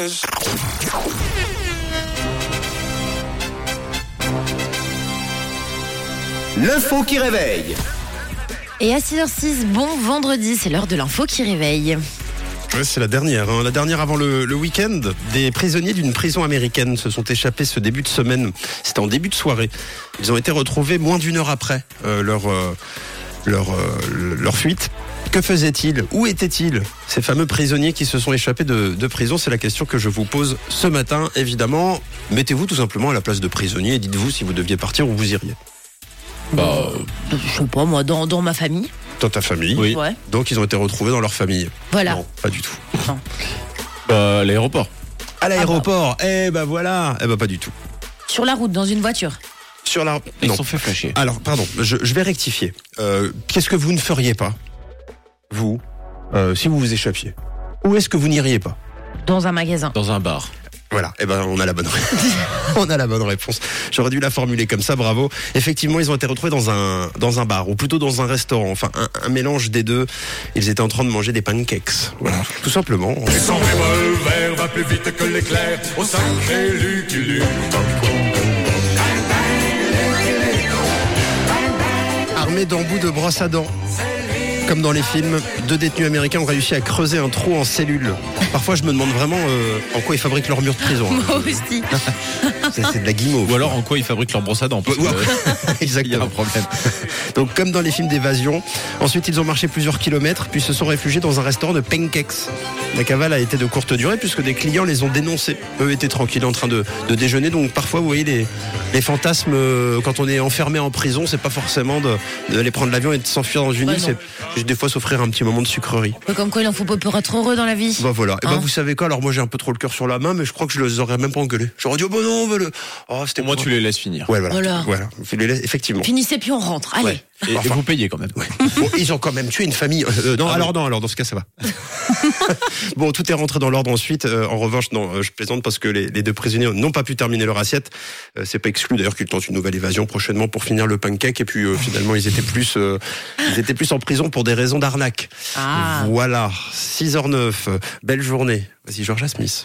Sauvage. L'info qui réveille. Et à 6h06, bon vendredi, c'est l'heure de l'info qui réveille. Euh, Ouais, c'est la dernière. hein. La dernière avant le, le week-end. Des prisonniers d'une prison américaine se sont échappés ce début de semaine. C'était en début de soirée. Ils ont été retrouvés moins d'une heure après euh, leur, euh, leur, euh, leur fuite. Que faisaient-ils Où étaient-ils Ces fameux prisonniers qui se sont échappés de, de prison, c'est la question que je vous pose ce matin. Évidemment, mettez-vous tout simplement à la place de prisonnier et dites-vous si vous deviez partir où vous iriez. Bah, je sais pas, moi, dans, dans ma famille. Dans ta famille. Oui. Ouais. Donc ils ont été retrouvés dans leur famille. Voilà. Non, pas du tout. Bah, à l'aéroport. Ah À l'aéroport. Eh ben voilà. Eh ben pas du tout. Sur la route, dans une voiture. Sur la. Ils non. se sont fait flasher. Alors, pardon, je, je vais rectifier. Euh, Qu'est-ce que vous ne feriez pas, vous, euh, si vous vous échappiez Où est-ce que vous n'iriez pas Dans un magasin. Dans un bar. voilà, eh ben on a la bonne réponse. on a la bonne réponse. J'aurais dû la formuler comme ça, bravo. Effectivement, ils ont été retrouvés dans un dans un bar ou plutôt dans un restaurant, enfin un, un mélange des deux. Ils étaient en train de manger des pancakes. Voilà, tout simplement. Et son revolver va plus vite que l'éclair au sacré Lucky Luke. Armés d'embouts de brosse à dents. Comme dans les films, deux détenus américains ont réussi à creuser un trou en cellule. Parfois, je me demande vraiment euh, en quoi ils fabriquent leur mur de prison. hein. Moi aussi. C'est c'est de la guimauve. Ou alors en quoi ils fabriquent leur brosse à dents. parce Ou- ou- que- Il y a un Exactement. problème. Donc comme dans les films d'évasion. Ensuite, ils ont marché plusieurs kilomètres, puis se sont réfugiés dans un restaurant de pancakes. La cavale a été de courte durée puisque des clients les ont dénoncés. Eux étaient tranquilles en train de, de déjeuner. Donc parfois, vous voyez, les, les fantasmes, euh, quand on est enfermé en prison, c'est pas forcément de- d'aller prendre l'avion et de s'enfuir dans une Bah île. non. C'est juste des fois s'offrir un petit moment de sucrerie. Comme quoi, il en faut pas pour être heureux dans la vie. Bah voilà. Et bah Hein vous savez quoi Alors moi j'ai un peu trop le cœur sur la main, mais je crois que je les aurais même pas engueulés. J'aurais dit oh bah non, on veut le. Oh c'était Pour moi, pour- tu les laisses finir. Ouais voilà. Voilà. Voilà. Tu les laisses- Effectivement. Finissez puis on rentre. Allez. Ouais. Et, et Enfin. vous payez quand même. Ouais. Bon, ils ont quand même tué une famille. Euh, non, Ah alors non, alors dans ce cas ça va. bon, tout est rentré dans l'ordre ensuite. Euh, en revanche, non, euh, je plaisante parce que les, les deux prisonniers n'ont pas pu terminer leur assiette. Euh, c'est pas exclu d'ailleurs qu'ils tentent une nouvelle évasion prochainement pour finir le pancake. Et puis euh, finalement, ils étaient plus, euh, ils étaient plus en prison pour des raisons d'arnaque. Ah. Voilà, 6h09. euh, Belle journée. Vas-y, Georgia Smith.